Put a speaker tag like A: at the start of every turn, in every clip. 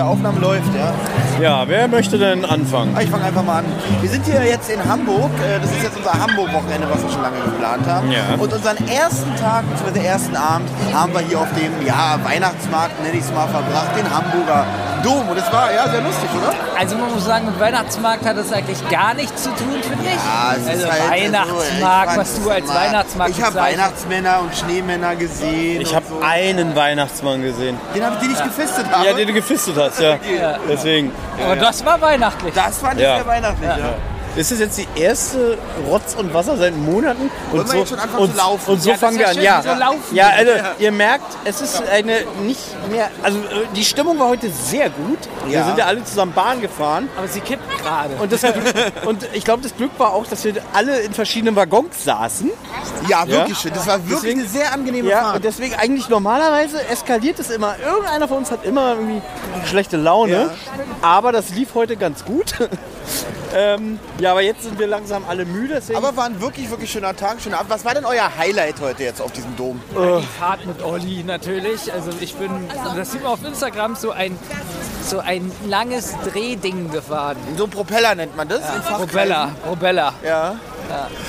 A: Programm äh, läuft, ja.
B: Ja, wer möchte denn anfangen?
A: Ah, Ich fange einfach mal an. Wir sind hier jetzt in Hamburg. Äh, Das ist jetzt unser Hamburg-Wochenende, was wir schon lange geplant haben.
B: Ja.
A: Und unseren ersten Tag bzw. ersten Abend haben wir hier auf dem ja, Weihnachtsmarkt, nenne ich es mal, verbracht, den Hamburger Dom. Und es war ja sehr lustig, oder?
C: Also man muss sagen, mit Weihnachtsmarkt hat das eigentlich gar nichts zu tun, finde ich.
A: Ja, es
C: also
A: ist halt so, ich
C: Weihnachtsmarkt,
A: fand's
C: was du als
A: immer-
C: Weihnachtsmarkt
A: Ich habe
C: bezeichnest.
A: Weihnachtsmänner und Schneemänner gesehen.
B: Ich
A: und
B: habe
A: so.
B: einen Weihnachtsmann gesehen.
A: Den habe ich den nicht gefistet habe.
B: Ja, den du gefistet hast, ja. Deswegen.
C: Aber das war weihnachtlich.
A: das war nicht
B: Ja.
A: sehr weihnachtlich. Ja.
B: Ist es jetzt die erste Rotz und Wasser seit Monaten? Und
A: Wollen wir jetzt schon anfangen
B: und,
A: zu laufen?
B: Und so
C: Ja, das
B: fangen
C: ist
B: wir
C: ja
B: an,
C: schön,
B: ja.
C: so laufen.
B: Ja, also ihr merkt, es ist eine nicht mehr. Also äh, die Stimmung war heute sehr gut. Wir
A: Ja.
B: sind ja alle zusammen Bahn gefahren.
C: Aber sie kippt gerade.
B: Und, das Glück, und ich glaube, das Glück war auch, dass wir alle in verschiedenen Waggons saßen.
A: Ja, wirklich schön. Das war wirklich
B: Deswegen-
A: eine sehr angenehme
B: Ja, und
A: Fahrt.
B: deswegen eigentlich normalerweise eskaliert es immer. Irgendeiner von uns hat immer irgendwie schlechte Laune. Aber das lief heute ganz gut. ähm, ja, aber jetzt sind wir langsam alle müde. Deswegen
A: Aber war ein wirklich, wirklich schöner Tag, schöner Abend. Was war denn euer Highlight heute jetzt auf diesem Dom?
C: die Fahrt mit Olli natürlich. Also ich bin, das sieht man auf Instagram, so ein, so ein langes Drehding gefahren.
A: So ein Propeller nennt man das. in Fachkreisen.
C: Robella, Robella.
A: Ja.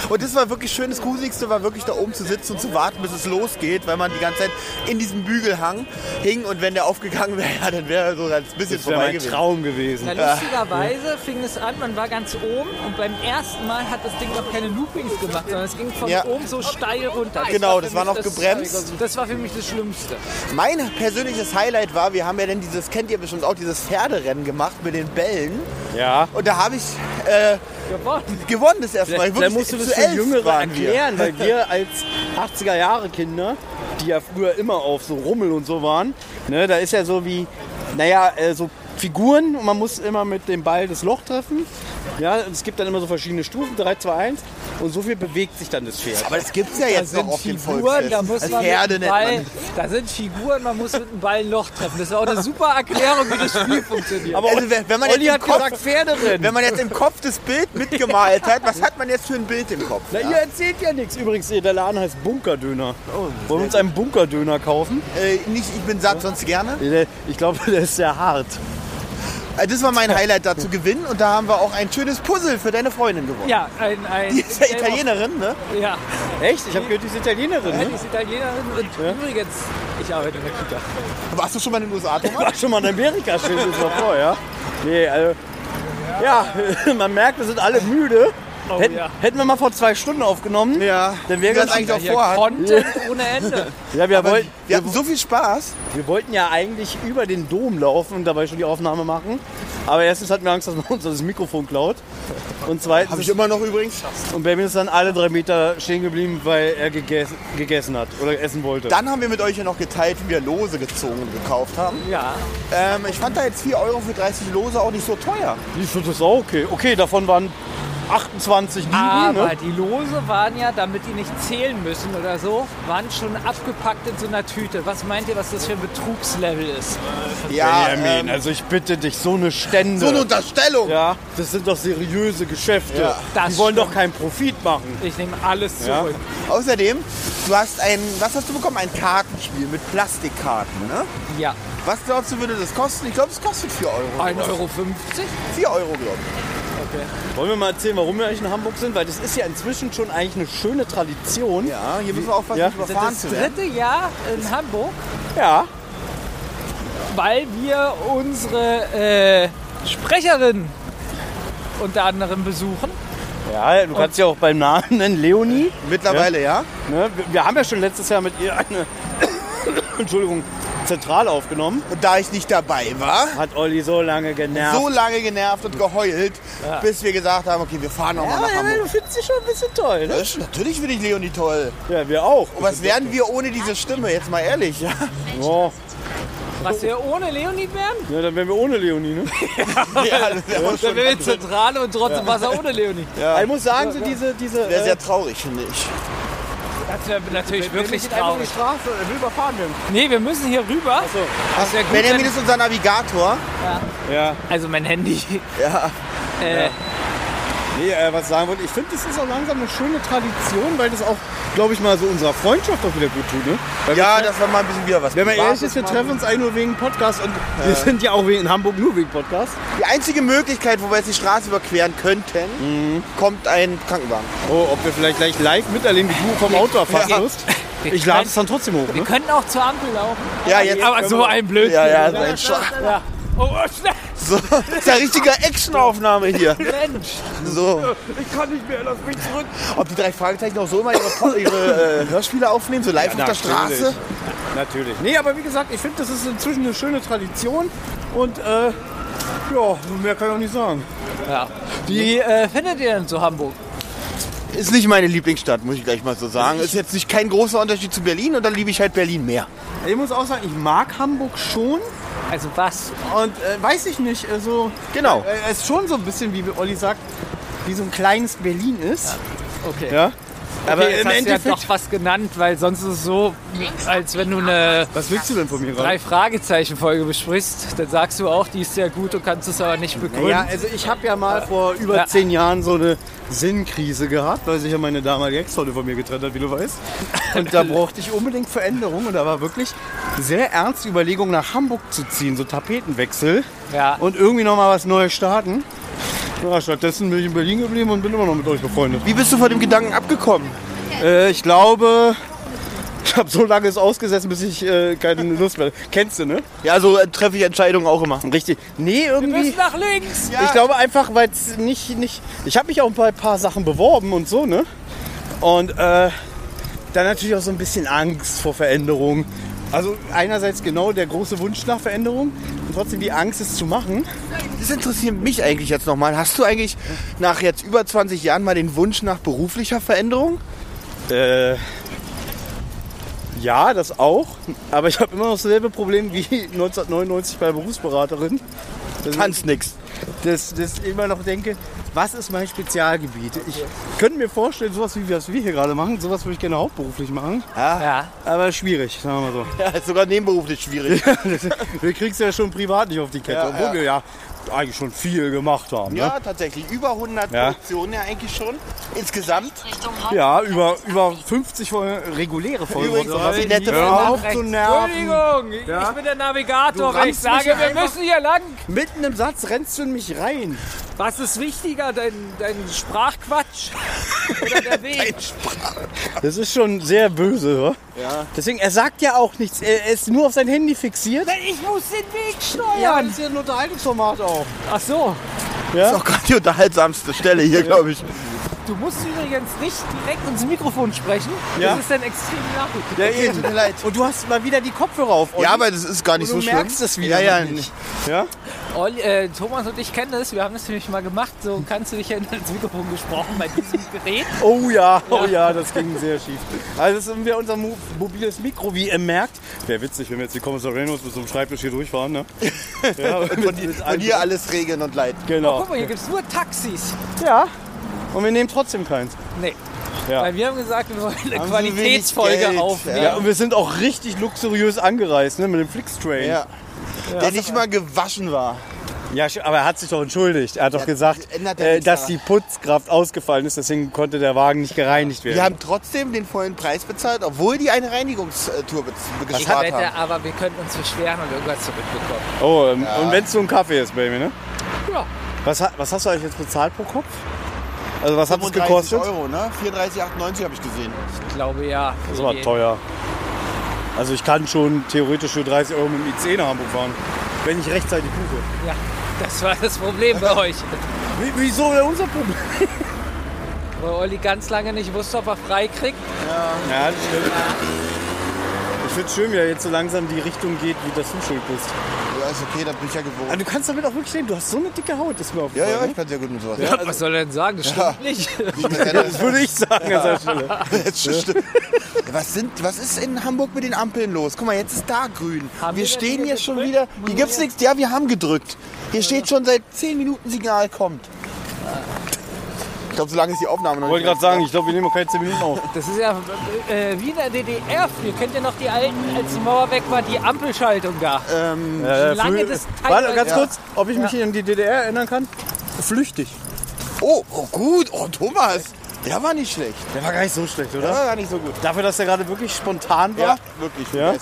A: Und das war wirklich schön. Das Gruseligste war wirklich da oben zu sitzen und zu warten, bis es losgeht, weil man die ganze Zeit in diesem Bügel hang, hing und wenn der aufgegangen wäre, ja, dann wäre so ein bisschen
B: das wäre
A: vorbei
B: mein
A: gewesen.
B: Traum gewesen.
C: Na, lustigerweise fing es an, man war ganz oben und beim ersten Mal hat das Ding noch keine Loopings gemacht, sondern es ging von
A: Ja.
C: oben so steil runter. Das
A: Genau,
C: für
A: das war
C: mich
A: noch gebremst.
C: Das war für mich das Schlimmste.
A: Mein persönliches Highlight war, wir haben ja dann dieses, kennt ihr bestimmt auch, dieses Pferderennen gemacht mit den Bällen.
B: Ja.
A: Und da habe ich äh,
C: Geworden.
A: gewonnen das erste Mal.
B: Vielleicht, vielleicht musst du das
A: zu
B: für
A: elf
B: Jüngere
A: waren wir.
B: erklären, weil wir als 80er-Jahre-Kinder, die ja früher immer auf so Rummel und so waren, ne, da ist ja so wie, naja, äh, so Figuren und man muss immer mit dem Ball das Loch treffen. Ja, und es gibt dann immer so verschiedene Stufen, 3, 2, 1 und so viel bewegt sich dann das Pferd.
A: Aber das gibt es ja jetzt noch auf den Volksfest.
C: da muss man
A: Pferde
C: mit dem
A: nennt
C: Ball,
A: man.
C: da sind Figuren, man muss mit dem Ball ein Loch treffen. Das ist auch eine super Erklärung, wie das Spiel funktioniert.
B: Aber
A: Also, wenn- wenn man
B: Olli
A: jetzt
B: hat
A: im Kopf-
B: gesagt Pferderennen.
A: Wenn man jetzt im Kopf das Bild mitgemalt hat, was hat man jetzt für ein Bild im Kopf?
B: Na, ihr erzählt ja nichts. Übrigens, der Laden heißt Bunkerdöner.
A: Oh,
B: Wollen wir uns einen Bunkerdöner kaufen? Äh,
A: Äh, nicht, ich bin satt, sonst gerne.
B: Ich glaube, der ist sehr hart.
A: Äh, Das war mein Highlight da zu gewinnen und da haben wir auch ein schönes Puzzle für deine Freundin gewonnen.
C: ja, ein, ein
A: Die ist ja Italienerin, ne?
C: Ja,
B: Echt? Ich habe gehört, die ist Italienerin.
C: die
B: Ne?
C: ist Italienerin und übrigens, ich arbeite in der Kita.
A: Warst du schon mal in den USA, Thomas?
B: War schon mal in Amerika, stell dir das mal vor, ja? Nee, also. Ja, man merkt, wir sind alle müde. hätten,
C: Oh, ja.
B: hätten wir mal vor zwei Stunden aufgenommen,
A: Ja.
B: dann
A: Wie wir
B: wäre das
A: das eigentlich
B: eigentlich
A: auch vorhatten.
C: Content ohne Ende.
B: Ja, wir, wollten,
A: Wir hatten so viel Spaß.
B: wir wollten ja eigentlich über den Dom laufen und dabei schon die Aufnahme machen. Aber erstens hatten wir Angst, dass man uns das Mikrofon klaut. Und zweitens,
A: Habe ich immer noch übrigens.
B: und Benjamin ist dann alle drei Meter stehen geblieben, weil er gegessen, gegessen hat oder essen wollte.
A: Dann haben wir mit euch ja noch geteilt, wie wir Lose gezogen und gekauft haben.
C: Ja,
A: Ähm, ich fand da jetzt 4 Euro für 30 Lose auch nicht so teuer.
B: Ich finde das auch okay. Okay, davon waren 28 Ligen.
C: aber
B: ne?
C: die Lose waren ja, damit die nicht zählen müssen oder so, waren schon abgepackt in so einer Tüte. Was meint ihr, was das für ein Betrugslevel ist?
A: Ja,
B: Benjamin,
A: ähm,
B: also ich bitte dich, so eine Stände.
A: so eine Unterstellung.
B: Ja, das sind doch seriöse Geschäfte.
A: Ja,
B: die
C: das
B: wollen
C: stimmt.
B: doch keinen Profit machen.
C: Ich nehme alles
B: Ja.
C: zurück.
A: Außerdem, du hast ein, was hast du bekommen? Ein Kartenspiel mit Plastikkarten, ne?
C: Ja.
A: Was glaubst du, würde das kosten? Ich glaube, es kostet 4 Euro.
C: 1,50 Euro?
A: 4 Euro, glaube ich.
B: Wollen wir mal erzählen, warum wir eigentlich in Hamburg sind? Weil das ist ja inzwischen schon eigentlich eine schöne Tradition.
A: Ja, hier müssen wir aufpassen,
B: Ja.
A: nicht überfahren
C: Das
A: zu werden.
C: dritte Jahr in Hamburg,
B: Ja.
C: weil wir unsere äh, Sprecherin unter anderem besuchen.
B: Ja, du kannst ja auch beim Namen nennen, Leonie.
A: Mittlerweile, ja?
B: Ne? Wir, wir haben ja schon letztes Jahr mit ihr eine, Entschuldigung, Zentrale aufgenommen.
A: Und da ich nicht dabei war,
B: Hat Olli so lange genervt.
A: so lange genervt und geheult, bis wir gesagt haben, okay, wir fahren nochmal nach Hamburg.
B: findest sie schon ein bisschen toll, ne?
A: Das ist- Natürlich finde ich Leonie toll.
B: Ja, wir auch.
A: Und was wären wir ohne diese Stimme, jetzt mal ehrlich, ja?
B: Ja,
C: Was wir ohne Leonid wären?
B: ja, dann wären wir ohne Leonie, ne?
A: Ja, das wäre auch
C: Dann
A: schon-
C: wären wir Zentrale und trotzdem Wasser ohne Leonid.
B: Ja. Also Ich muss sagen, so diese... diese
A: wäre
B: äh,
A: sehr traurig, finde ich.
C: Das wäre natürlich wirklich
B: wir sind einfach
C: traurig.
B: die Straße, äh, will überfahren werden.
C: Nee, wir müssen hier rüber.
A: Was,
C: wär gut,
A: Benjamin
C: wenn-
A: ist unser Navigator.
B: Ja.
C: Also mein Handy.
A: Ja.
C: Äh,
B: Nee, äh, was ich sagen wollte, ich finde, das ist auch langsam eine schöne Tradition, weil das auch, glaube ich, mal so unserer Freundschaft auch wieder gut tut. Ne? Weil wir
A: Ja,
B: tre-
A: das war mal ein bisschen wieder was.
B: wenn man ehrlich
A: Privates
B: ist, wir
A: machen.
B: treffen uns eigentlich nur wegen Podcast und
C: Äh.
B: wir sind ja auch wegen, in Hamburg nur wegen Podcast.
A: Die einzige Möglichkeit, wo wir jetzt die Straße überqueren könnten, kommt ein Krankenwagen.
B: Oh, ob wir vielleicht gleich live miterleben, wie du vom Auto erfasst
A: Ja.
B: wirst.
C: Wir
B: Ich lade
C: können-
B: es dann trotzdem hoch.
C: Wir
B: Ne?
C: könnten auch zur Ampel laufen.
A: Ja, jetzt.
C: Aber so ein Blödsinn.
A: Ja, ja, so ein Schach.
C: Ja. Oh, oh, schnell.
A: So, das ist ja richtige Actionaufnahme hier.
C: Mensch.
A: So.
C: Ich kann nicht mehr, lass mich zurück.
A: Ob die drei Fragezeichen auch so immer ihre, Po- ihre äh, Hörspiele aufnehmen, so live
B: Ja,
A: auf der
B: natürlich.
A: Straße?
B: Natürlich. Nee, aber wie gesagt, ich finde, das ist inzwischen eine schöne Tradition und äh, ja, mehr kann ich auch nicht sagen.
C: Ja. Wie äh, findet ihr denn so Hamburg?
A: Ist nicht meine Lieblingsstadt, muss ich gleich mal so sagen. Ist jetzt nicht kein großer Unterschied zu Berlin und dann liebe ich halt Berlin mehr.
B: Ich muss auch sagen, ich mag Hamburg schon
C: Also was?
B: und äh, weiß ich nicht, äh, so
A: Genau.
B: äh, es ist schon so ein bisschen, wie Olli sagt, wie so ein kleines Berlin ist.
C: Okay.
B: Ja. Aber
C: okay, jetzt
B: im
C: hast du ja
B: Endeffekt,
C: doch was genannt, weil sonst ist es so, als wenn du eine
B: was willst du denn von mir
C: drei Fragezeichen Folge besprichst, dann sagst du auch, die ist sehr gut und kannst es aber nicht begründen.
B: Ja, also ich habe ja mal vor über
C: Ja.
B: zehn Jahren so eine Sinnkrise gehabt, weil sich ja meine damalige Ex-Freundin von mir getrennt hat, wie du weißt. Und da brauchte ich unbedingt Veränderung und da war wirklich sehr ernst die Überlegung, nach Hamburg zu ziehen, so Tapetenwechsel
C: Ja.
B: und irgendwie nochmal was Neues starten. Ja, stattdessen bin ich in Berlin geblieben und bin immer noch mit euch befreundet.
A: Wie bist du von dem Gedanken abgekommen?
B: Äh, ich glaube, ich habe so lange es ausgesessen, bis ich äh, keine Lust mehr... Kennst du, ne?
A: Ja, so äh, treffe ich Entscheidungen auch immer.
B: Richtig. Nee, irgendwie...
C: Bis nach links!
B: Ich glaube einfach, weil es nicht, nicht. Ich habe mich auch bei ein paar Sachen beworben und so, ne? Und äh, dann natürlich auch so ein bisschen Angst vor Veränderung. Also einerseits genau der große Wunsch nach Veränderung und trotzdem die Angst, es zu machen.
A: Das interessiert mich eigentlich jetzt nochmal. Hast du eigentlich nach jetzt über 20 Jahren mal den Wunsch nach beruflicher Veränderung?
B: Äh, ja, das auch. Aber ich habe immer noch dasselbe Problem wie 1999 bei der Berufsberaterin. Das
A: Kannst nix.
B: dass, dass ich immer noch denke, was ist mein Spezialgebiet? Ich könnte mir vorstellen, sowas wie was wir hier gerade machen, sowas würde ich gerne hauptberuflich machen.
C: Ja.
B: Aber schwierig, sagen wir mal so.
A: Ja, ist sogar nebenberuflich schwierig.
B: Wir kriegen es ja schon privat nicht auf die Kette,
A: Ja,
B: obwohl
A: ja.
B: wir ja eigentlich schon viel gemacht haben. Ne?
A: Ja, tatsächlich. Über 100
B: Ja.
A: Produktionen ja eigentlich schon. Insgesamt.
B: Ja, über, über 50 Fol- reguläre Folgen.
A: Übrigens,
B: oder
A: was
B: was?
A: ich nette
B: Hör
A: Frage.
B: auf zu nerven.
C: Entschuldigung, ich bin der Navigator.
B: Du rammst
C: Ich sage,
B: mich
C: wir
B: einfach-
C: müssen hier lang.
B: Mitten im Satz rennst du in mich rein.
C: Was ist wichtiger, dein, dein Sprachquatsch oder der Weg?
B: Das ist schon sehr böse, oder?
A: Ja.
B: Deswegen, er sagt ja auch nichts. Er ist nur auf sein Handy fixiert.
C: ich muss den Weg
B: Ja,
C: steuern.
B: das ist ja ein Unterhaltungsformat auch.
C: Ach so,
A: Das ist auch gerade die unterhaltsamste Stelle hier, glaube ich.
C: du musst übrigens nicht direkt ins Mikrofon sprechen.
B: Ja.
C: Das ist dann extrem nervig.
B: Ja,
A: Okay,
B: eben.
A: tut mir leid.
B: Und du hast mal wieder die Kopfhörer auf. Olli.
A: Ja, aber das ist gar nicht
B: Und du
A: so
B: merkst
A: schlimm.
B: es wieder
A: Ja, ja,
B: noch
A: nicht.
B: Ja?
C: Olli, äh, Thomas und ich kennen das, wir haben das nämlich mal gemacht. So kannst du dich ja ins Mikrofon gesprochen bei diesem Gerät.
B: Oh ja, oh ja, das ging sehr schief. Also das ist wieder unser mo mobiles Mikro, wie ihr merkt. Wäre witzig, wenn wir jetzt die Kommissarinos bis zum Schreibtisch hier durchfahren, ne? ja, mit,
A: Von, dir- von dir alles regeln und leiten.
B: Genau.
C: Guck mal, hier gibt es nur Taxis.
B: Ja. Und wir nehmen trotzdem keins.
C: Nee.
B: Ja.
C: Weil wir haben gesagt, wir wollen eine
A: Haben Sie
C: Qualitätsfolge
A: wenig Geld?
C: aufnehmen.
B: Ja, und wir sind auch richtig luxuriös angereist, ne? Mit dem Flixtrain.
A: Ja. Der nicht mal gewaschen war.
B: Ja, sch- aber er hat sich doch entschuldigt. Er hat doch
A: Ja,
B: gesagt,
A: ändert ja
B: äh,
A: nichts
B: dass
A: daran.
B: die Putzkraft ausgefallen ist, deswegen konnte der Wagen nicht gereinigt werden.
A: Wir haben trotzdem den vollen Preis bezahlt, obwohl die eine Reinigungstour bez-
C: Ich
A: gespart
C: wette,
A: haben.
C: aber wir könnten uns beschweren und irgendwas zurückbekommen.
B: Oh, ähm, und wenn es so ein Kaffee ist, Baby, ne?
C: Ja.
B: Was, ha- was hast du euch jetzt bezahlt pro Kopf? Also was hat es
A: 35
B: gekostet?
A: Euro, ne? 34,98 habe ich gesehen.
C: Ich glaube ja.
B: Das ist aber teuer. Also ich kann schon theoretisch für 30 Euro mit dem IC nach Hamburg fahren, wenn ich rechtzeitig buche.
C: Ja, das war das Problem bei euch.
B: Wie- Wieso denn unser Problem?
C: Weil Olli ganz lange nicht wusste, ob er frei kriegt.
B: Ja, das stimmt. Ich finde es schön, wie er jetzt so langsam die Richtung geht, wie das du schuld bist.
A: Ja, ist okay, das bin ich ja
B: Aber
A: gewohnt.
B: du kannst damit auch wirklich leben. Du hast so eine dicke Haut, ist mir
A: Ja,
B: aufgefallen.
A: ja, ich
B: ne?
A: kann sehr gut mit sowas.
C: Was soll er denn sagen? Das stimmt nicht.
B: Das würde ich sagen an der Stelle.
A: Jetzt schon stimmt. was, sind, was ist in Hamburg mit den Ampeln los? Guck mal, jetzt ist da grün.
C: Haben
A: wir
C: wir denn
A: stehen
C: hier
A: hier schon
C: gedrückt?
A: wieder. Hier gibt's nichts. Ja, wir haben gedrückt. Hier steht schon seit 10 Minuten Signal kommt. Ich glaube, so lange ist die Aufnahme noch
B: Ich wollte gerade sagen, ich glaube, wir nehmen auch keine 10 Minuten auf.
C: Das ist ja äh, wie in der DDR. Ihr kennt ja noch die alten, als die Mauer weg war, die Ampelschaltung da.
B: Äh,
C: lange
B: flü-
C: das Teil-
B: Warte, ganz
C: Ja.
B: kurz, ob ich mich an die DDR erinnern kann. Flüchtig.
A: Oh, oh gut, oh Thomas. Der war nicht schlecht.
B: Der war gar nicht so schlecht,
A: Der
B: oder?
A: war gar nicht so gut.
B: Dafür, dass er gerade wirklich spontan war.
A: wirklich.
B: Ja?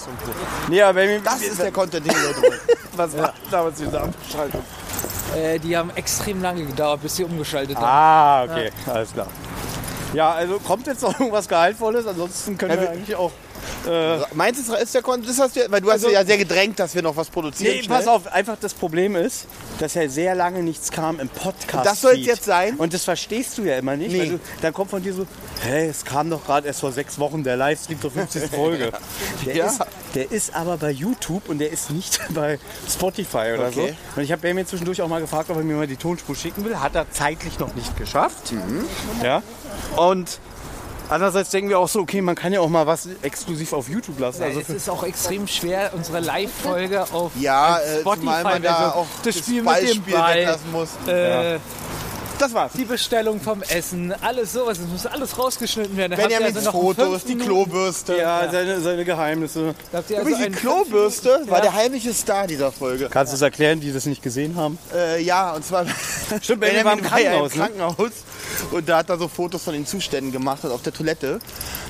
B: Nee, aber wenn wir-
A: Das ist der Content, den die Leute wollen.
B: was ja. damals diese Abschaltung.
C: Äh, die haben extrem lange gedauert, bis sie umgeschaltet haben.
B: Ah, okay, alles klar. Ja, also kommt jetzt noch irgendwas Gehaltvolles, ansonsten können
A: Ja,
B: wir
A: wir-
B: eigentlich auch. Äh,
A: Meinst du, ist der Content, das hast du, ja- weil du hast
B: Also-
A: ja sehr gedrängt, dass wir noch was produzieren.
B: nee,
A: schnell.
B: pass auf, einfach das Problem ist, dass ja sehr lange nichts kam im Podcast.
A: Das soll's jetzt sein?
B: Und das verstehst du ja immer nicht.
A: Nee.
B: Weil du, dann kommt von dir so, hey, es kam doch gerade erst vor sechs Wochen der Livestream zur 50. Folge. Der,
A: Ja.
B: ist, der ist aber bei YouTube und der ist nicht bei Spotify oder
A: Okay.
B: so. Und ich habe Bär mir zwischendurch auch mal gefragt, ob er mir mal die Tonspur schicken will. Hat er zeitlich noch nicht geschafft.
A: Mhm.
B: Ja. Und andererseits denken wir auch so, okay, man kann ja auch mal was exklusiv auf YouTube
A: Ah.
B: lassen. Also
C: es ist auch extrem schwer, unsere Live-Folge auf
A: Ja,
C: als
A: äh, zumal man da
C: Spotify-Version.
A: auch
C: das
A: das
C: Spiel mit dem
A: Ballspiel
C: Ball,
A: weglassen muss.
C: äh,
B: das war's.
C: die Bestellung vom Essen, alles sowas. Es muss alles rausgeschnitten werden. Da habt ihr
A: Benjamins
C: also noch
A: Fotos,
C: fünf
A: die
C: Minuten-
A: Klobürste.
B: Ja, Seine, seine Geheimnisse.
C: Da habt ihr also
A: Übrigens, die
C: einen-
A: Klobürste war
C: Ja.
A: der heimliche Star dieser Folge.
B: Kannst du es erklären, die das nicht gesehen haben?
A: Äh, ja, und zwar.
B: Stimmt, Benjamin war im
A: ja
B: Krankenhaus, ne?
A: Krankenhaus. Und da hat er so Fotos von den Zuständen gemacht und auf der Toilette.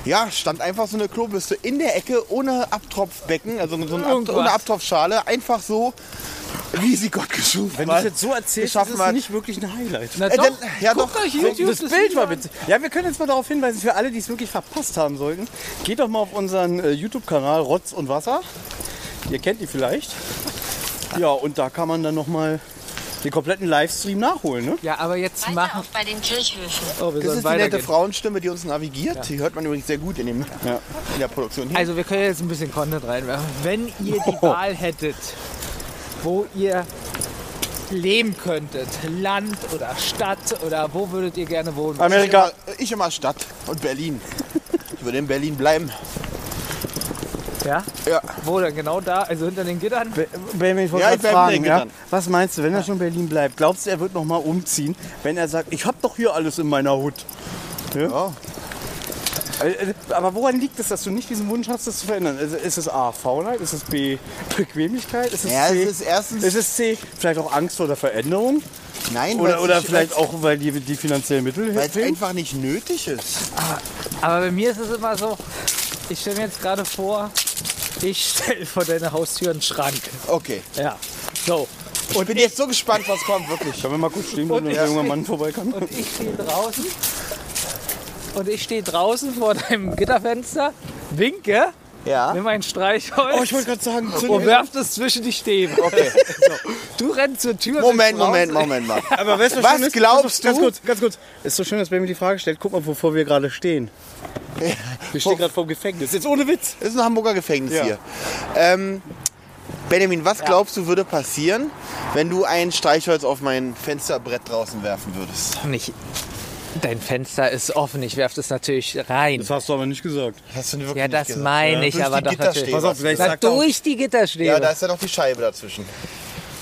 A: Ja, stand einfach so eine Klobürste in der Ecke ohne Abtropfbecken, also so ein Ab
C: Irgendwas.
A: ohne Abtropfschale. Einfach so, wie sie Gott geschufen
B: Wenn du
A: hat.
B: es jetzt so erzählst, ist
A: geschaffen
B: es
A: hat.
B: nicht wirklich ein Highlight.
C: Na
A: Äh,
C: doch,
A: dann- ja,
C: guckt
A: doch.
C: euch
A: So,
C: YouTube
B: das Bild
C: Video
B: war
C: an.
B: witzig. Ja, wir können jetzt mal darauf hinweisen, für alle, die es wirklich verpasst haben sollten, geht doch mal auf unseren äh, YouTube-Kanal Rotz und Wasser. Ihr kennt die vielleicht. Ja, und da kann man dann nochmal den kompletten Livestream nachholen. Ne?
C: Ja, aber jetzt
D: Weiter
C: machen.
D: auch bei den Kirchhöfen.
C: Oh, wir
B: Also
A: Das
C: sollen
A: ist die nette
C: weitergehen.
A: Frauenstimme, die uns navigiert. Die hört man übrigens sehr gut in, dem,
B: Ja.
A: in der Produktion.
C: Also wir können jetzt ein bisschen Content reinwerfen. Wenn ihr die
B: Oh.
C: Wahl hättet, wo ihr leben könntet, Land oder Stadt oder wo würdet ihr gerne wohnen?
A: Ich
B: Amerika.
A: immer- Ich immer Stadt und Berlin. Ich würde in Berlin bleiben.
C: Ja?
A: Ja.
C: Wo denn genau da? Also hinter den Gittern?
B: Be- Benjamin, ich wollte
A: Ja,
B: ja,
A: ich bleib
B: fragen,
A: drin,
B: ja?
A: dann.
B: was meinst du, wenn er schon in Berlin bleibt, glaubst du, er wird nochmal umziehen, wenn er sagt, ich habe doch hier alles in meiner Hut?
A: Ja.
B: Äh, äh, Aber woran liegt es, dass du nicht diesen Wunsch hast, das zu verändern? Also Ist es A, Faulheit? Ist es B, Bequemlichkeit? Ist es,
A: Ja,
B: C,
A: es ist erstens-
B: Ist es C, vielleicht auch Angst vor der Veränderung?
A: Nein,
B: Oder,
A: weil's
B: oder
A: nicht-
B: vielleicht auch, weil die, die finanziellen Mittel
A: Weil es
B: fehlen?
A: einfach nicht nötig ist.
C: Aber bei mir ist es immer so, ich stelle mir jetzt gerade vor, ich stelle vor deiner Haustür einen Schrank.
A: Okay.
C: Ja. So.
A: Und bin jetzt so gespannt, was kommt, wirklich.
B: Können wir mal kurz stehen,
C: Und
B: bleiben, wenn
C: ich-
B: ein junger Mann vorbeikommt?
C: Und ich stehe draußen. Und ich stehe draußen vor deinem Gitterfenster, winke,
A: Ja.
C: nimm ein Streichholz.
B: Oh, ich wollte gerade sagen,
C: und
B: zünd-
C: werft es zwischen die Stäbe.
A: Okay.
C: Du rennst zur Tür.
A: Moment,
C: rennst raus.
A: Moment, Moment mal.
B: aber weißt du,
A: Oh. Was
B: schön ist-
A: glaubst
B: Ganz
A: du?
B: kurz, ganz kurz. Ist so schön, dass Benjamin die Frage stellt, guck mal, wovor wir gerade stehen. Wir stehen gerade vorm Gefängnis. Jetzt ohne Witz.
A: Ist ein Hamburger Gefängnis
B: Ja.
A: hier. Ähm, Benjamin, was glaubst du, würde passieren, wenn du ein Streichholz auf mein Fensterbrett draußen werfen würdest?
C: Nicht. Dein Fenster ist offen, ich werf das natürlich rein.
B: Das hast du aber nicht gesagt.
A: Hast du wirklich
C: Ja,
A: nicht
C: das
A: gesagt.
C: meine ich
A: Durch
C: aber
A: die
C: doch natürlich.
A: Gitterstäbe.
B: Pass auf, vielleicht
C: Na,
B: sagt er auch.
C: durch die Gitterstäbe.
A: Ja, da ist ja noch die Scheibe dazwischen.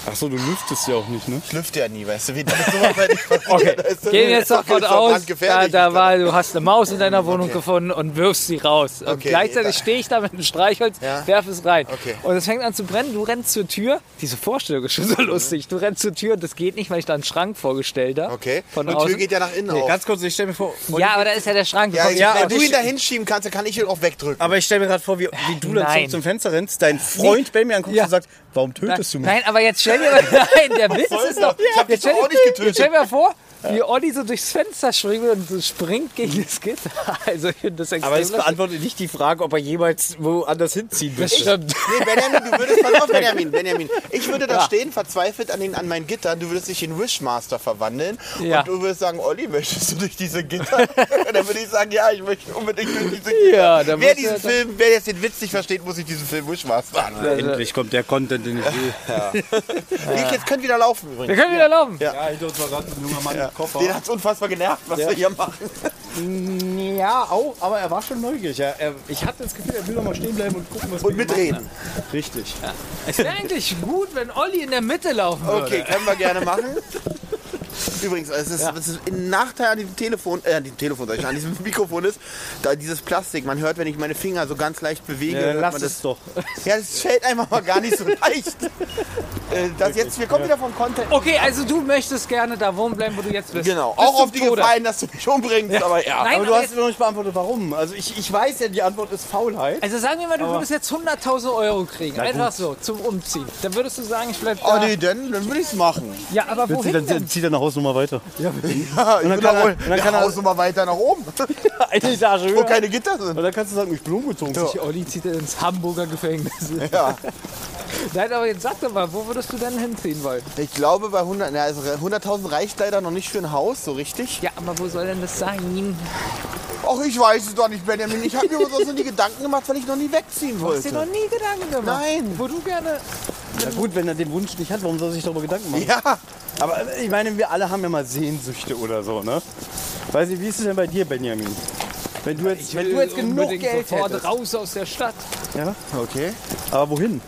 B: Achso, du lüftest ja auch nicht, ne?
A: Ich lüfte ja nie, weißt du, wie das sowas bei dir passiert.
B: Okay.
A: Weißt du?
C: Gehen wir jetzt
A: Das
C: doch
A: ist doch
C: von aus, da,
A: brandgefährlich.
C: da war, du hast eine Maus in deiner Wohnung gefunden und wirfst sie raus. Und
A: Okay,
C: gleichzeitig
A: da-
C: stehe ich da mit einem Streichholz,
A: Ja.
C: werf es rein.
A: Okay.
C: Und es fängt an zu brennen, du rennst zur Tür. Diese Vorstellung ist schon so
A: Mhm.
C: lustig. Du rennst zur Tür und das geht nicht, weil ich da einen Schrank vorgestellt habe.
A: Okay.
C: Von
A: und die Tür
C: außen.
A: geht ja nach innen
B: Nee,
A: auf.
B: ganz kurz, ich stelle mir vor,
C: ja, aber da ist ja der Schrank. Du
A: ja,
C: kommst-
B: ja,
A: wenn
B: aber
A: du
B: ich-
A: ihn da hinschieben kannst, dann kann ich ihn auch wegdrücken.
B: Aber ich stelle mir gerade vor, wie, wie du dann
C: Nein.
B: zurück zum Fenster rennst, dein Freund bei mir anguckst
C: Ja.
B: und sagt, warum tötest du mich?
C: Nein, aber jetzt stell dir mal, nein, der Witz ist doch,
A: Ich hab dich
C: jetzt stell,
A: doch auch nicht getötet.
C: Jetzt stell dir mal vor, wie Olli so durchs Fenster springt und so springt gegen das Gitter. Also ich finde das extrem
B: Aber es
C: lustig.
B: beantwortet nicht die Frage, ob er jemals woanders hinziehen
C: Das
B: möchte.
C: stimmt.
A: Nee, Benjamin, du würdest, pass auf, Benjamin, Benjamin. Ich würde da stehen, verzweifelt an, den, an meinen Gittern. Du würdest dich in Wishmaster verwandeln.
C: Ja.
A: Und du würdest sagen, Olli, möchtest du durch diese Gitter? Und dann würde ich sagen, ja, ich möchte unbedingt durch diese Gitter.
C: Ja, dann
A: wer
C: musst du
A: diesen
C: ja-
A: Film, wer jetzt den Witz nicht versteht, muss sich diesen Film Wishmaster ansehen.
B: Endlich kommt der Content, den ich will.
A: Liegt jetzt können wieder laufen
C: Wir
A: übrigens.
C: können wieder laufen.
B: Ja, hinter uns war gerade ein junger Mann mit Koffer.
A: Den hat's unfassbar genervt, was wir hier machen.
B: Ja, auch, aber er war schon neugierig. Er, er, ich hatte das Gefühl, er will noch mal stehen bleiben und gucken, was
A: Und
B: wir gemacht
A: mitreden.
B: haben. Richtig.
C: Es wäre eigentlich gut, wenn Olli in der Mitte laufen würde.
A: Okay, können wir gerne machen. Übrigens, es ist, es ist ein Nachteil an diesem Telefon, äh, an diesem Telefon, sag ich, schon, an diesem Mikrofon ist, da dieses Plastik, man hört, wenn ich meine Finger so ganz leicht bewege, hört
B: lass
A: man
B: es doch.
A: das. Ja, das fällt einfach mal gar nicht so leicht. Äh, das jetzt, wir kommen wieder vom Content.
C: Okay, also du möchtest gerne da wohnen bleiben, wo du jetzt bist.
A: Genau,
C: Bis
A: auch
C: zum
A: auf die
C: Tode.
A: Gefallen, dass du mich umbringst, aber ja.
C: Nein,
B: Aber du
C: aber
B: hast mir noch nicht beantwortet, warum. Also ich, ich weiß ja, die Antwort ist Faulheit.
C: Also sagen wir mal, du würdest jetzt 100.000 Euro kriegen, einfach so, zum Umziehen. Dann würdest du sagen, ich bleib
A: Oh
C: da.
A: nee, dann, dann würde ich es machen.
C: Ja, aber wohin
B: dann
C: denn?
B: zieht deine Hausnummer weiter.
A: Ja, ich
B: dann
A: bin
B: kann
A: da
B: er-
A: wohl
B: und dann
A: ja,
B: kann er-
A: Hausnummer weiter nach oben,
B: Eine Etage
A: wo
B: höher.
A: keine Gitter sind.
B: Und dann kannst du sagen, ich bin umgezogen.
C: Die Olli zieht ins Hamburger Gefängnis.
A: Ja.
C: Nein, aber jetzt sag doch mal, wo würdest du denn hinziehen wollen?
A: Ich glaube, bei 100, na, also 100.000 reicht leider noch nicht für ein Haus, so richtig.
C: Ja, aber wo soll denn das sein?
A: Ach, ich weiß es doch nicht, Benjamin. Ich habe mir sonst noch nie Gedanken gemacht, weil ich noch nie wegziehen
C: Du hast dir noch
A: wollte.
C: nie Gedanken gemacht.
A: Nein.
C: Wo du gerne.
B: Na gut, wenn er den Wunsch nicht hat, warum soll er sich darüber Gedanken machen?
A: Ja,
B: Aber äh, ich meine, wir alle haben ja mal Sehnsüchte oder so, ne? Weiß ich, wie ist es denn bei dir, Benjamin? Wenn du jetzt, wenn du jetzt genug
C: Äh, Unbedingt
B: Geld
C: sofort
B: hättest.
C: raus aus der Stadt.
B: Ja?
A: okay.
B: Aber wohin?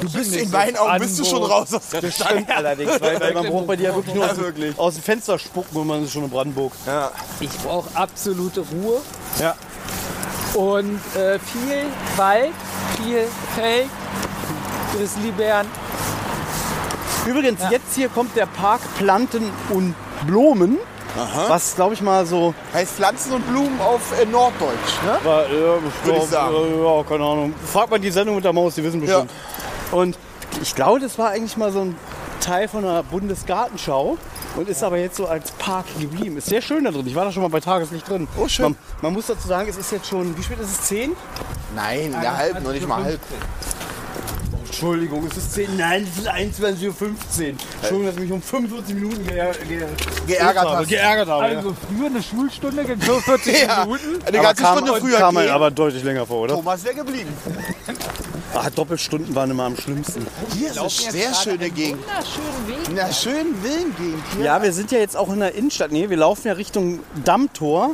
A: Du bist
C: nicht
A: in
C: so
A: meinen Augen bist du schon
C: Brandenburg.
A: raus aus der Stadt.
B: Stimmt allerdings, weil, weil man braucht bei dir ja wirklich nur aus,
A: Ja, wirklich.
B: dem- aus dem Fenster spucken und man ist schon in Brandenburg.
A: Ja.
C: Ich brauche absolute Ruhe
B: Ja.
C: und äh, viel Wald, viel Feld, Grizzlybären.
B: Übrigens, jetzt hier kommt der Park Planten und Blumen. Was, glaube ich, mal so
A: Heißt Pflanzen und Blumen auf äh, Norddeutsch, ne?
B: war. Ja, ich
A: Würde
B: glaub,
A: ich sagen.
B: äh, ja, keine Ahnung. Frag mal die Sendung mit der Maus, die wissen bestimmt. Und ich glaube, das war eigentlich mal so ein Teil von einer Bundesgartenschau und ist aber jetzt so als Park geblieben. Ist sehr schön da drin. Ich war da schon mal bei Tageslicht drin.
A: Oh, schön.
B: Man, man muss dazu sagen, es ist jetzt schon, wie spät ist es? Oh, 10?
A: Nein, in der halben, noch nicht mal halb.
B: Entschuldigung, es ist 10. Nein, es ist 21.15 Uhr. Entschuldigung, dass ich mich um 45 Minuten geär, geär,
A: Geärgert
B: habe.
A: hast.
B: Geärgert habe. ja.
C: Also früher eine Schulstunde ging 45
A: Oh, Ja,
C: Minuten.
A: eine ganze Stunde früher
B: kam man
A: gehen.
B: aber deutlich länger vor, oder?
A: Thomas wäre geblieben.
B: Ah, Doppelstunden waren immer am schlimmsten.
A: Hier ist eine sehr schöne Gegend.
C: Wunderschönen Weg.
A: Na, schön Willengegend hier.
B: Ja, wir sind ja jetzt auch in der Innenstadt. Nee, wir laufen ja Richtung Dammtor.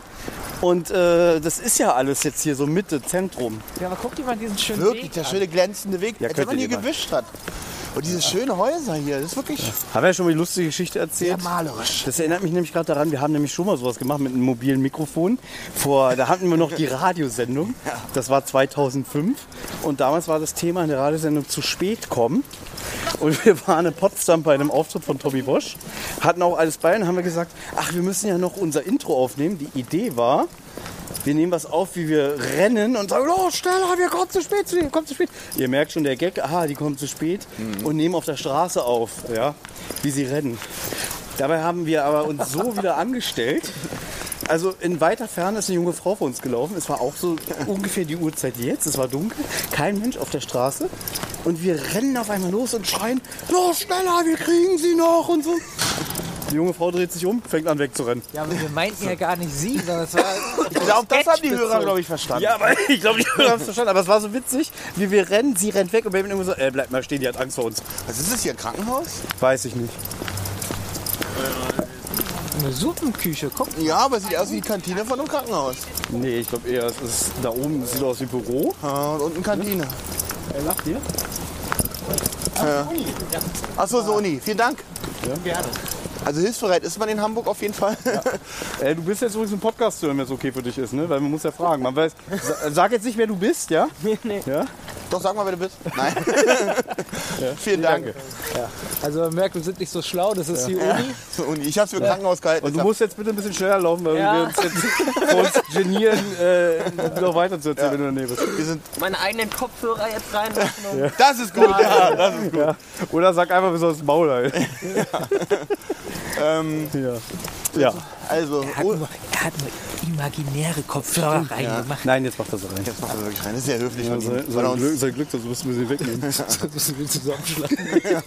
B: Und äh, das ist ja alles jetzt hier so Mitte, Zentrum.
C: Ja, aber guck dir mal diesen schönen
A: Wirklich,
C: Weg.
A: der schöne glänzende Weg,
B: Ja,
A: als
B: könnt
A: wenn man
B: ihr
A: hier
B: den
A: gewischt hat. Und diese schönen Häuser hier, das ist wirklich
B: Haben wir ja schon mal die lustige Geschichte
A: sehr
B: erzählt?
A: malerisch.
B: Das erinnert mich nämlich gerade daran, wir haben nämlich schon mal sowas gemacht mit einem mobilen Mikrofon. Vor, da hatten wir noch die Radiosendung. Das war 2005. Und damals war das Thema in der Radiosendung zu spät kommen. Und wir waren in Potsdam bei einem Auftritt von Tommy Bosch, hatten auch alles bei und haben wir gesagt, ach, wir müssen ja noch unser Intro aufnehmen. Die Idee war, wir nehmen was auf, wie wir rennen und sagen, oh, schneller, wir kommen zu spät, wir kommen zu spät. Ihr merkt schon, der Gag, aha, die kommen zu spät und nehmen auf der Straße auf, ja, wie sie rennen. Dabei haben wir aber uns so wieder angestellt. Also in weiter Ferne ist eine junge Frau vor uns gelaufen. Es war auch so ungefähr die Uhrzeit wie jetzt. Es war dunkel, kein Mensch auf der Straße. Und wir rennen auf einmal los und schreien, los, schneller, wir kriegen sie noch und so. Die junge Frau dreht sich um, fängt an wegzurennen.
C: Ja, aber wir meinten ja gar nicht sie, sondern es war.
A: Ich glaube, das haben die
C: Sketchbezogen.
A: Hörer, glaube ich, verstanden.
B: Ja, aber ich glaube, ich habe es verstanden. Aber es war so witzig, wie wir rennen, sie rennt weg und Benjamin immer so, äh, bleib mal stehen, die hat Angst vor uns.
A: Was ist das hier, ein Krankenhaus?
B: Weiß ich nicht.
C: Eine Suppenküche, guck.
A: Ja, aber sieht aus wie die Kantine von einem Krankenhaus.
B: Nee, ich glaube eher, es ist da oben, es sieht aus wie Büro.
A: Ah, Und unten Kantine.
B: Er lacht hier.
A: Achso, so Uni. Vielen Dank. Ja, gerne. Also hilfsbereit ist man in Hamburg auf jeden Fall.
B: Äh, du bist jetzt übrigens im Podcast zu hören, wenn es okay für dich ist, ne? Weil man muss ja fragen. Man weiß, sa- sag jetzt nicht, wer du bist, ja? Nee, nee. Ja?
A: Doch, sag mal, wer du bist. Nein. Vielen Dank.
B: danke.
C: Also man merkt, wir sind nicht so schlau, das ist die Uni.
A: So, Uni. Ich hab's für Krankenhaus gehalten.
B: Und du
A: Ich
B: musst jetzt bitte ein bisschen schneller laufen, weil
C: Ja.
B: wir uns jetzt vor uns genieren, äh, noch weiter zu erzählen, wenn du daneben bist.
A: hab- wir sind,
D: meine eigenen Kopfhörer jetzt reinmachen. um-
A: das ist gut. Ja, das ist gut.
B: Ja. Oder sag einfach, wir sollen ins Maul halten.
A: Ähm,
B: Ja. ja.
A: also, oh,
C: Er hat eine imaginäre Kopfhörer reingemacht.
B: Nein, jetzt mach das rein.
A: jetzt machen wir wirklich rein. Das ist sehr höflich von
B: Sein,
A: ihm. Weil er
B: sein,
A: uns-
B: Glück, sein Glück, dass du bist, müssen wir sie wegnehmen.
C: Das will zusammenschlagen.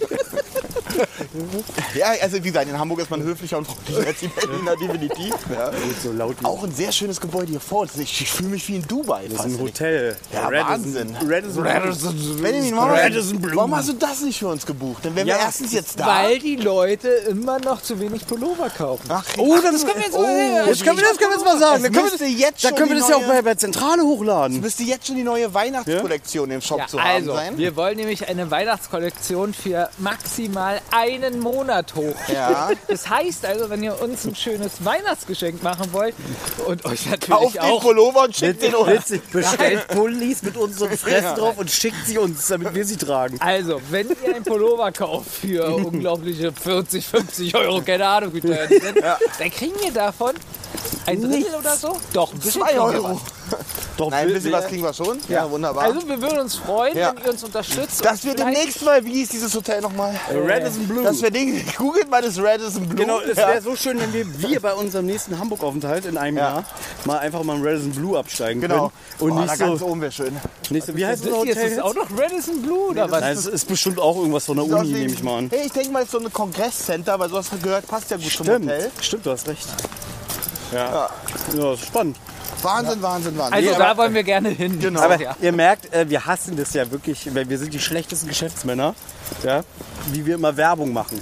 A: Ja, also wie gesagt, in Hamburg ist man höflicher und freundlicher als die Berliner definitiv. Ja.
B: so laut wie
A: Auch ein sehr schönes Gebäude hier vor uns. Ich, ich fühle mich wie in Dubai.
B: das
A: fast.
B: ist ein Hotel.
A: Ja, Wahnsinn.
B: Radisson. Radisson.
A: Benjamin, warum,
B: Radisson Blue.
A: warum hast du das nicht für uns gebucht? Dann wären wir erstens jetzt da.
C: Weil die Leute immer noch zu wenig Pullover kaufen.
A: Ach,
B: Oh, das können wir jetzt mal, das können wir, das können wir jetzt mal sagen. Dann können wir,
A: müsste
B: das-
A: jetzt
B: dann
A: schon
B: können wir
A: die
B: das ja auch
A: neue-
B: bei, bei Zentrale hochladen.
A: müsste jetzt schon die neue Weihnachtskollektion im Shop
C: Ja,
A: zu haben
C: also,
A: sein.
C: wir wollen nämlich eine Weihnachtskollektion für maximal 1 einen Monat hoch.
A: Ja.
C: Das heißt also, wenn ihr uns ein schönes Weihnachtsgeschenk machen wollt und euch
A: Auf
C: natürlich
A: den
C: auch
A: Pullover und schickt den uns.
B: Witzig, bestellt Pullis mit unseren Fressen drauf und schickt sie uns, damit wir sie tragen.
C: Also, wenn ihr einen Pullover kauft für unglaubliche 40, 50 Euro, keine Ahnung, wie teuer die sind, dann kriegen wir davon ein Drittel oder so. Doch, ein bisschen kriegen wir was.
B: Doch,
A: Nein, ein
B: wir-
A: bisschen was kriegen wir schon. Ja, wunderbar.
C: Also, wir würden uns freuen,
A: Ja.
C: wenn ihr uns unterstützt.
A: dass
C: und
A: wir
C: vielleicht-
A: demnächst mal, wie hieß dieses Hotel nochmal?
B: Radisson Blue.
A: Dass wir den, googelt mal das Radisson Blue.
B: Genau, es
A: ja.
B: wäre so schön, wenn wir, wir bei unserem nächsten Hamburg-Aufenthalt in einem
A: Ja.
B: Jahr mal einfach mal im Radisson Blue absteigen
A: Genau.
B: können. Und
A: oh, da
B: nicht,
A: ganz
B: so,
A: oben wäre schön.
B: nicht so, wie heißt das
C: Das hier
B: Hotel?
C: ist es
B: jetzt?
C: auch noch Radisson Blue oder was?
B: Nein, es ist bestimmt auch irgendwas von der
A: Sieht aus
B: Uni,
A: wie-
B: nehme ich mal an.
A: Hey, ich denke mal, es ist so ein Kongresscenter, weil sowas gehört, passt ja gut zum
B: Stimmt,
A: Hotel.
B: stimmt, du hast recht. Ja. Ja, das ist spannend.
A: Wahnsinn, Wahnsinn, Wahnsinn.
C: Also,
A: Nee,
C: da
A: aber-
C: wollen wir gerne hin.
A: Genau.
B: Aber
C: ja.
B: ihr merkt, äh, wir hassen das ja wirklich, weil wir sind die schlechtesten Geschäftsmänner, ja, wie wir immer Werbung machen.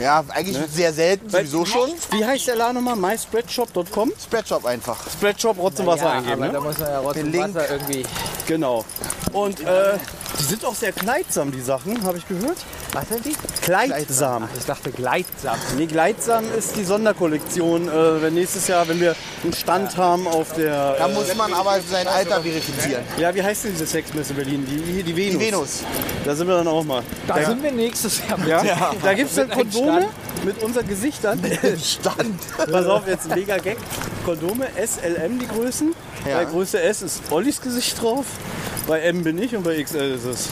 A: ja, eigentlich sehr selten, sowieso schon.
B: Wie heißt der Laden nochmal? myspreadshop.com?
A: Spreadshop einfach.
B: Spreadshop Rotz und Wasser
C: ja,
B: eingeben,
C: aber
B: ne?
C: da muss man ja
A: Den
C: trotzdem
A: Link.
C: Wasser irgendwie.
B: Genau. Und äh, die sind auch sehr kleidsam, die Sachen, habe ich gehört.
C: Was sind die?
B: Kleidsam.
C: Ach, ich dachte gleichsam.
B: Nee, gleidsam ist die Sonderkollektion, äh, wenn nächstes Jahr, wenn wir einen Stand haben auf der...
A: Da muss man aber sein Alter verifizieren.
B: Äh, ja, wie heißt denn diese Sexmesse Berlin? Die, die Venus.
A: Die Venus.
B: Da sind wir dann auch mal.
C: Da sind wir nächstes Jahr.
B: Ja? Da gibt es dann
C: Mit einem
B: Kondome mit unseren Gesichtern.
A: Stand.
B: Pass auf, jetzt ein mega Gag. Kondome, S, L, M die Größen.
A: Ja.
B: Bei Größe S ist Ollis Gesicht drauf, bei M bin ich und bei XL ist es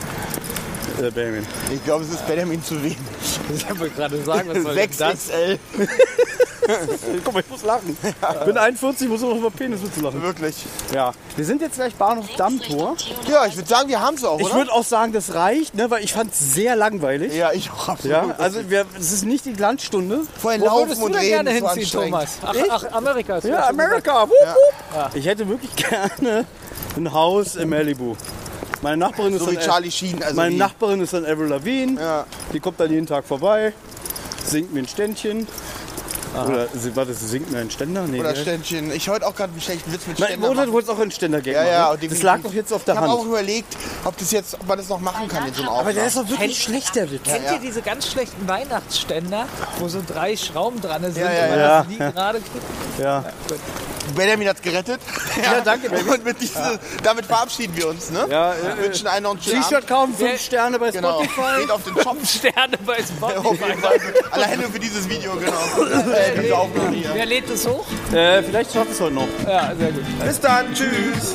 B: äh, Benjamin.
A: Ich glaube, es ist Benjamin zu wenig.
C: Ich wollte gerade sagen, was soll denn das?
A: 6XL.
B: Guck mal, ich muss lachen. Ich bin 41, muss auch über Peniswitze lachen.
A: Wirklich.
B: Ja. Wir sind jetzt gleich Bahnhof Dammtor.
A: Ja, ich würde sagen, wir haben es auch,
B: Ich
A: oder?
B: würde auch sagen, das reicht, ne, weil ich fand es sehr langweilig.
A: Ja, ich auch absolut.
B: Ja, also wir, es ist nicht die Glanzstunde.
A: vorhin
C: Wo
A: laufen
C: würdest du
A: und
C: denn
A: reden.
C: gerne
A: ist so anstrengend.
C: hinziehen, Thomas? Ach,
B: Ich?
C: ach Amerika. hast du
B: Ja,
C: schon gesagt.
B: Amerika. Wupp, wupp. Ich hätte wirklich gerne ein Haus im Malibu. Meine Nachbarin ist
A: So wie
B: dann-
A: Charlie Sheen. Also
B: Meine
A: wie-
B: Nachbarin ist dann Avril Lavigne.
A: Ja.
B: Die kommt dann jeden Tag vorbei, singt mir ein Ständchen. Oder, sie- warte, sie singt mir einen Ständer? Nee,
A: Oder
B: gell?
A: Ständchen. Ich heute auch gerade einen schlechten Witz mit
B: Nein,
A: Ständer.
B: oder du
A: machen.
B: wolltest auch einen Ständer-Gag
A: ja,
B: machen.
A: ja,
B: das
A: definitiv.
B: lag doch jetzt auf der
A: Ich habe
B: Hand.
A: auch überlegt, ob, das jetzt, ob man das noch machen kann in so einem Auftrag.
B: Aber der ist doch wirklich schlecht, der Witz.
C: Kennt ihr diese ganz schlechten Weihnachtsständer, wo so drei Schrauben dran sind
A: Ja, ja,
C: und man
B: ja.
C: das nie gerade kriegt?
B: Ja.
A: Benjamin hat gerettet.
B: Ja, danke, Benjamin.
A: Und mit diese, damit verabschieden wir uns. Ne?
B: Ja,
A: wir
B: äh,
A: wünschen allen noch einen schönen
B: T-Shirt
A: Abend.
B: kaufen, fünf Sterne bei
A: Genau.
B: Spotify.
A: Geht auf den Shop.
C: Sterne bei
A: Auf
C: Spotify.
A: jeden Fall. Alleine für dieses Video, genau. Äh, diese Aufnahme hier.
C: Wer lädt es hoch?
B: Äh, vielleicht schafft es heute noch.
C: Ja, sehr gut.
A: Bis dann, tschüss.